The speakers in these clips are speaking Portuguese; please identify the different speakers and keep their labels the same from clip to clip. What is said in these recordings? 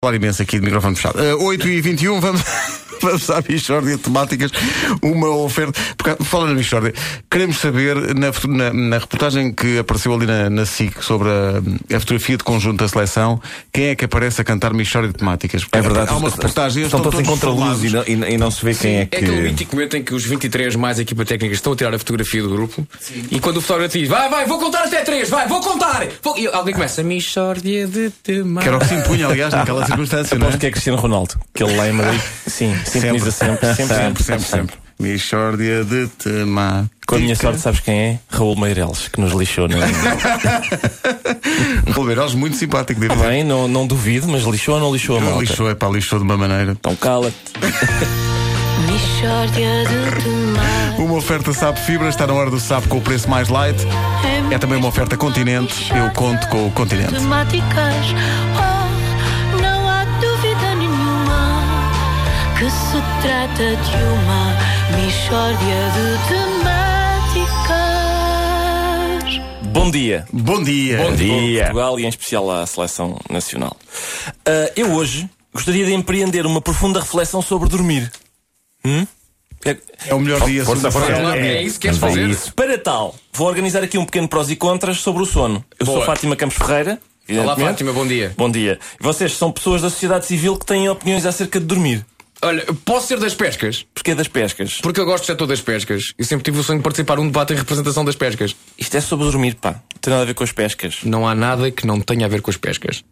Speaker 1: Falar imenso aqui de microfone fechado. Uh, 8 e 21 vamos, vamos à Michórdia de Temáticas. Uma oferta. Porque, fala na Michórdia. Queremos saber, na, foto- na, na reportagem que apareceu ali na, na SIC sobre a, a fotografia de conjunto da seleção, quem é que aparece a cantar Michórdia de Temáticas?
Speaker 2: É verdade.
Speaker 1: Há uma reportagem. eles
Speaker 2: Estão todos em contra-luz e,
Speaker 1: falados.
Speaker 2: não- e- e não se vê quem é que.
Speaker 3: É aquele mítico momento em que os 23 mais a equipa técnica estão a tirar a fotografia do grupo e quando o fotógrafo diz vai, vai, vou contar até 3, vai, vou contar! Vou... E alguém começa a Michórdia de Temar.
Speaker 1: Que era o que se impunha, aliás, naquela circunstância, não é?
Speaker 2: Aposto que é Cristiano Ronaldo, que ele lá em Madrid. Sim, sintoniza sempre, sempre,
Speaker 1: sempre, sempre. sempre. Michórdia de Temáticas.
Speaker 2: Com a minha sorte, sabes quem é? Raul Meireles, que nos lixou, não é?
Speaker 1: Romeiros, muito simpático, diria.
Speaker 2: Bem, não, não duvido, mas lixou ou não lixou a malta?
Speaker 1: Lixou, é pá, lixou de uma maneira.
Speaker 2: Então cala-te.
Speaker 4: Mishória de tomate
Speaker 1: Uma oferta SAP Fibra está na hora do SAP com o preço mais light. É também uma oferta Continente. Eu conto com o Continente.
Speaker 4: Temáticas Oh, não há dúvida nenhuma Que se trata de uma Mishória de temáticas
Speaker 2: Bom dia.
Speaker 1: Bom dia.
Speaker 2: Bom
Speaker 3: dia.
Speaker 2: Portugal e em especial à seleção nacional. Ah, eu hoje gostaria de empreender uma profunda reflexão sobre dormir. Hum?
Speaker 1: É o melhor dia.
Speaker 2: Força,
Speaker 1: segunda-feira.
Speaker 2: força.
Speaker 3: É, é isso que queres
Speaker 2: Vamos a
Speaker 3: fazer?
Speaker 2: isso. Para tal, vou organizar aqui um pequeno prós e contras sobre o sono. Eu sou
Speaker 3: Boa.
Speaker 2: Fátima Campos Ferreira.
Speaker 3: Olá
Speaker 2: evidentemente.
Speaker 3: Fátima, bom dia.
Speaker 2: Bom dia. Vocês são pessoas da sociedade civil que têm opiniões acerca de dormir.
Speaker 3: Olha, posso ser das pescas?
Speaker 2: Porque é das pescas.
Speaker 3: Porque eu gosto do setor das pescas e sempre tive o sonho de participar num debate em representação das pescas.
Speaker 2: Isto é sobre dormir, pá. Não tem nada a ver com as pescas.
Speaker 3: Não há nada que não tenha a ver com as pescas.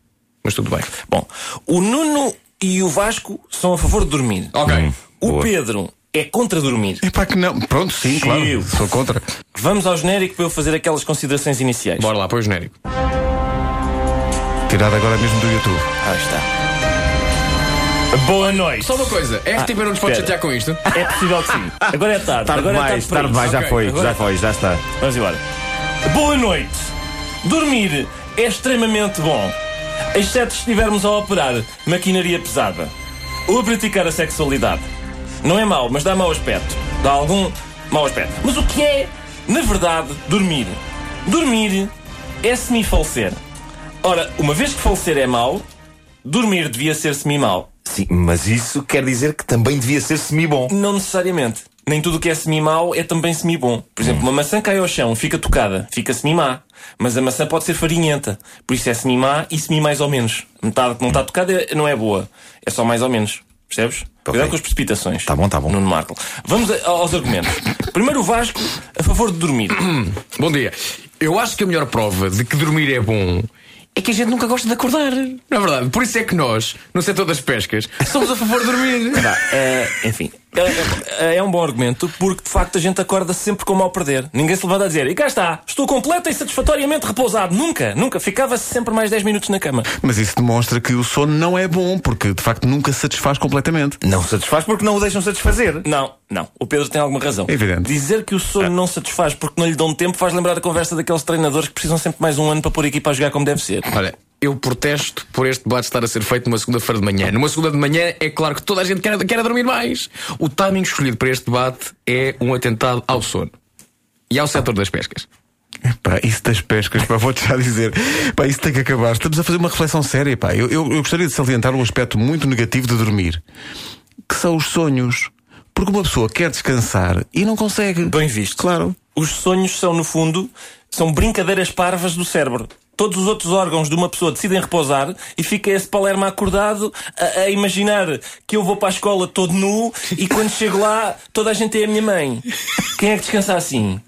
Speaker 3: Mas tudo bem.
Speaker 2: Bom, o Nuno e o Vasco são a favor de dormir.
Speaker 3: Ok.
Speaker 2: O Pedro é contra dormir.
Speaker 1: É pá que não. Pronto, sim, claro.
Speaker 2: Chiu.
Speaker 1: Sou contra.
Speaker 2: Vamos ao genérico para eu fazer aquelas considerações iniciais.
Speaker 3: Bora lá, põe o genérico.
Speaker 1: Tirado agora mesmo do YouTube.
Speaker 2: Ah, está. Boa noite.
Speaker 3: Só uma coisa, a RTP não nos pode
Speaker 2: espera.
Speaker 3: chatear com isto.
Speaker 2: É possível que sim. Agora é
Speaker 5: Ah,
Speaker 2: tarde.
Speaker 6: Tarde
Speaker 2: Agora
Speaker 6: demais,
Speaker 2: é tarde para
Speaker 6: tarde
Speaker 2: isso.
Speaker 6: demais, já
Speaker 3: Ok,
Speaker 6: foi,
Speaker 2: agora-
Speaker 6: já foi, já está.
Speaker 2: Vamos embora. Boa noite. Dormir é extremamente bom, exceto se estivermos a operar maquinaria pesada ou a praticar a sexualidade. Não é mau, mas dá mau aspecto. Dá algum mau aspecto. Mas o que é, na verdade, dormir? Dormir é semifalecer. Ora, uma vez que falecer é mau, dormir devia ser semi-mau.
Speaker 6: Sim, mas isso quer dizer que também devia ser semi-bom.
Speaker 2: Não necessariamente. Nem tudo o que é semi-mau é também semi-bom. Por exemplo, uma maçã cai ao chão, fica tocada, fica semi-má. Mas a maçã pode ser farinhenta. Por isso é semi-má e semi mais ou menos. Metade que não está tocada é- não é boa. É só mais ou menos. Percebes? Cuidado com as precipitações.
Speaker 6: Tá bom, tá bom.
Speaker 2: Nuno Marco. Vamos a- aos argumentos. Primeiro o Vasco, a favor de dormir.
Speaker 3: Bom dia. Eu acho que a melhor prova de que dormir é bom é que a gente nunca gosta de acordar. Não é verdade? Por isso é que nós, no setor das pescas, somos a favor de dormir.
Speaker 2: Eh, enfim, é, é- é um bom argumento porque de facto a gente acorda sempre como ao perder. Ninguém se levanta a dizer, e cá está, estou completa e satisfatoriamente repousado. Nunca, nunca. Ficava sempre mais 10 minutos na cama.
Speaker 1: Mas isso demonstra que o sono não é bom, porque de facto nunca satisfaz completamente.
Speaker 6: Não satisfaz porque não o deixam satisfazer.
Speaker 2: Não, não. O Pedro tem alguma razão.
Speaker 1: É evidente. Ah.
Speaker 2: Dizer que o sono não satisfaz porque não lhe dão tempo faz lembrar a conversa daqueles treinadores que precisam sempre mais um ano para pôr a equipa a jogar como deve ser.
Speaker 3: Olha, eu protesto por este debate estar a ser feito numa segunda-feira de manhã. Numa segunda de manhã, é claro que toda a gente quer, quer dormir mais. O timing escolhido para este debate é um atentado ao sono e ao setor das pescas.
Speaker 1: É Pá, isso das pescas, pá, vou-te já dizer. Pá, isso tem que acabar. Estamos a fazer uma reflexão séria, pá. Eu, eu, eu gostaria de salientar um aspecto muito negativo de dormir, que são os sonhos. Porque uma pessoa quer descansar e não consegue.
Speaker 2: Bem visto.
Speaker 1: Claro.
Speaker 2: Os sonhos são, no fundo, são brincadeiras parvas do cérebro. Todos os outros órgãos de uma pessoa decidem repousar e fica esse palermo acordado a, a imaginar que eu vou para a escola todo nu e quando chego lá toda a gente é a minha mãe. Quem é que descansa assim?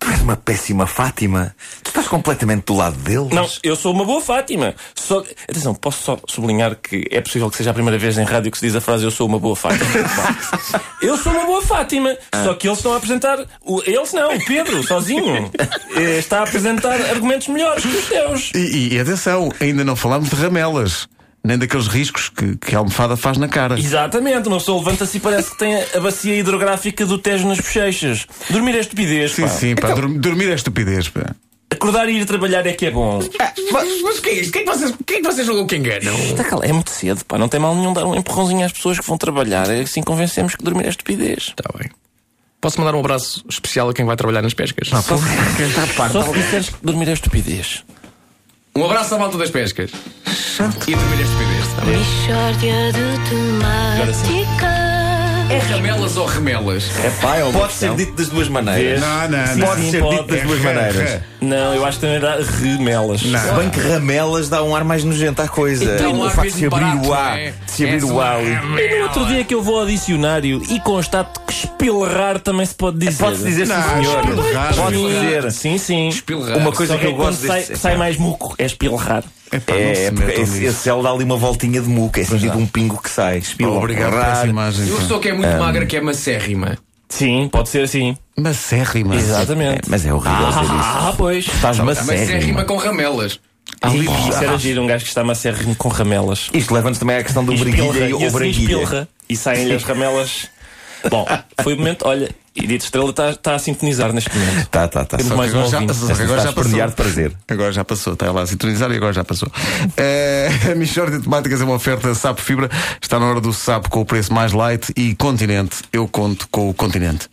Speaker 6: Tu és uma péssima Fátima. Tu estás completamente do lado deles.
Speaker 2: Não, eu sou uma boa Fátima. Só... Atenção, posso só sublinhar que é possível que seja a primeira vez em rádio que se diz a frase Eu sou uma boa Fátima. eu sou uma boa Fátima.
Speaker 1: Ah.
Speaker 2: Só que eles estão a apresentar. o- Eles não, o Pedro, sozinho. eh, Está a apresentar argumentos melhores que os teus.
Speaker 1: E, e atenção, ainda não falámos de ramelas, nem daqueles riscos que, que a almofada faz na cara.
Speaker 2: Exatamente, uma pessoa levanta-se e parece que tem a bacia hidrográfica do Tejo nas bochechas. Dormir é estupidez,
Speaker 1: Sim,
Speaker 2: pá.
Speaker 1: sim, pá,
Speaker 5: Então-
Speaker 1: dorm- dormir é estupidez, pá.
Speaker 2: Acordar e ir trabalhar é que é bom.
Speaker 3: Mas, mas o que é isto? Quem é que vocês, quem é que vocês julgam que enganam?
Speaker 2: Está calado, é muito cedo, pá. Não tem mal nenhum dar um empurrãozinho às pessoas que vão trabalhar. Assim convencemos que dormir é estupidez.
Speaker 3: Está Tá bem. Posso mandar um abraço
Speaker 5: Tá
Speaker 3: especial a quem vai trabalhar nas pescas?
Speaker 2: Só se disseres que dormir é estupidez.
Speaker 3: Um abraço à malta das pescas. E também neste PDS.
Speaker 4: Mixórdia de
Speaker 3: É
Speaker 4: temáticas.
Speaker 3: ramelas ou remelas?
Speaker 6: É pá, é uma
Speaker 5: Pode
Speaker 6: questão.
Speaker 5: ser dito das duas
Speaker 2: Vês?
Speaker 5: maneiras.
Speaker 1: Não, não,
Speaker 2: Sim,
Speaker 1: não.
Speaker 5: Pode
Speaker 2: sim,
Speaker 5: ser dito das duas maneiras.
Speaker 2: Não, eu acho que também dá remelas.
Speaker 5: Se bem que ramelas dá um ar mais nojento à coisa.
Speaker 3: Então,
Speaker 1: um
Speaker 5: o
Speaker 3: lá
Speaker 5: É. um facto de se
Speaker 3: mesmo
Speaker 5: abrir
Speaker 3: barato,
Speaker 5: o A,
Speaker 3: é?
Speaker 5: de se abrir
Speaker 3: Essa
Speaker 5: o A
Speaker 3: é
Speaker 5: ali.
Speaker 2: E no outro dia que eu vou ao dicionário e constato que espilrar também se pode dizer.
Speaker 5: Pode-se dizer, sim,
Speaker 1: Não,
Speaker 5: senhor.
Speaker 1: espilrar,
Speaker 5: Pode-se
Speaker 2: Sim,
Speaker 5: dizer.
Speaker 2: Sim, sim.
Speaker 3: Espilrar.
Speaker 5: Uma coisa
Speaker 2: Só
Speaker 5: que eu
Speaker 2: é
Speaker 5: gosto
Speaker 2: quando sai,
Speaker 5: desse.
Speaker 2: sai mais muco é espilrar.
Speaker 1: Epá, não
Speaker 5: É,
Speaker 1: se
Speaker 5: é porque
Speaker 1: metam
Speaker 5: esse,
Speaker 1: nisso.
Speaker 5: esse L dá ali uma voltinha de muca, é sentido um pingo que sai. Espirro.
Speaker 1: Obrigado por essa imagem.
Speaker 3: E uma
Speaker 1: pá.
Speaker 3: pessoa que é
Speaker 5: Hum.
Speaker 3: muito magra, que é macérrima.
Speaker 2: Sim, pode ser assim.
Speaker 1: Macérrima.
Speaker 2: Exatamente.
Speaker 5: Ah, É, mas é horrível dizer isso.
Speaker 2: Ah, pois.
Speaker 5: Estás
Speaker 3: A
Speaker 5: macérrimo.
Speaker 3: macérrima com ramelas.
Speaker 2: Ih, ah, Isso era giro, um gajo que está macérrimo com ramelas.
Speaker 5: Isto leva-nos também à questão do
Speaker 2: E
Speaker 5: briguilha
Speaker 2: espilra,
Speaker 5: e
Speaker 2: e
Speaker 5: o
Speaker 2: assim
Speaker 5: branquilha.
Speaker 2: espilra. E saem-lhe as ramelas. Bom, foi o momento, olha, Edith Estrela está está a sintonizar neste momento.
Speaker 5: Tá, tá, tá.
Speaker 2: Temos
Speaker 5: Só-
Speaker 2: mais um
Speaker 1: Agora já,
Speaker 2: ouvinte.
Speaker 1: agora
Speaker 5: Estás
Speaker 1: já
Speaker 5: a
Speaker 1: passou.
Speaker 5: permear de prazer.
Speaker 1: Agora já passou, está lá a sintonizar e agora já passou. Eh, a Michórdia de Temáticas é uma oferta Sapo Fibra. Está na hora do Sapo com o preço mais light e Continente. Eu conto com o Continente.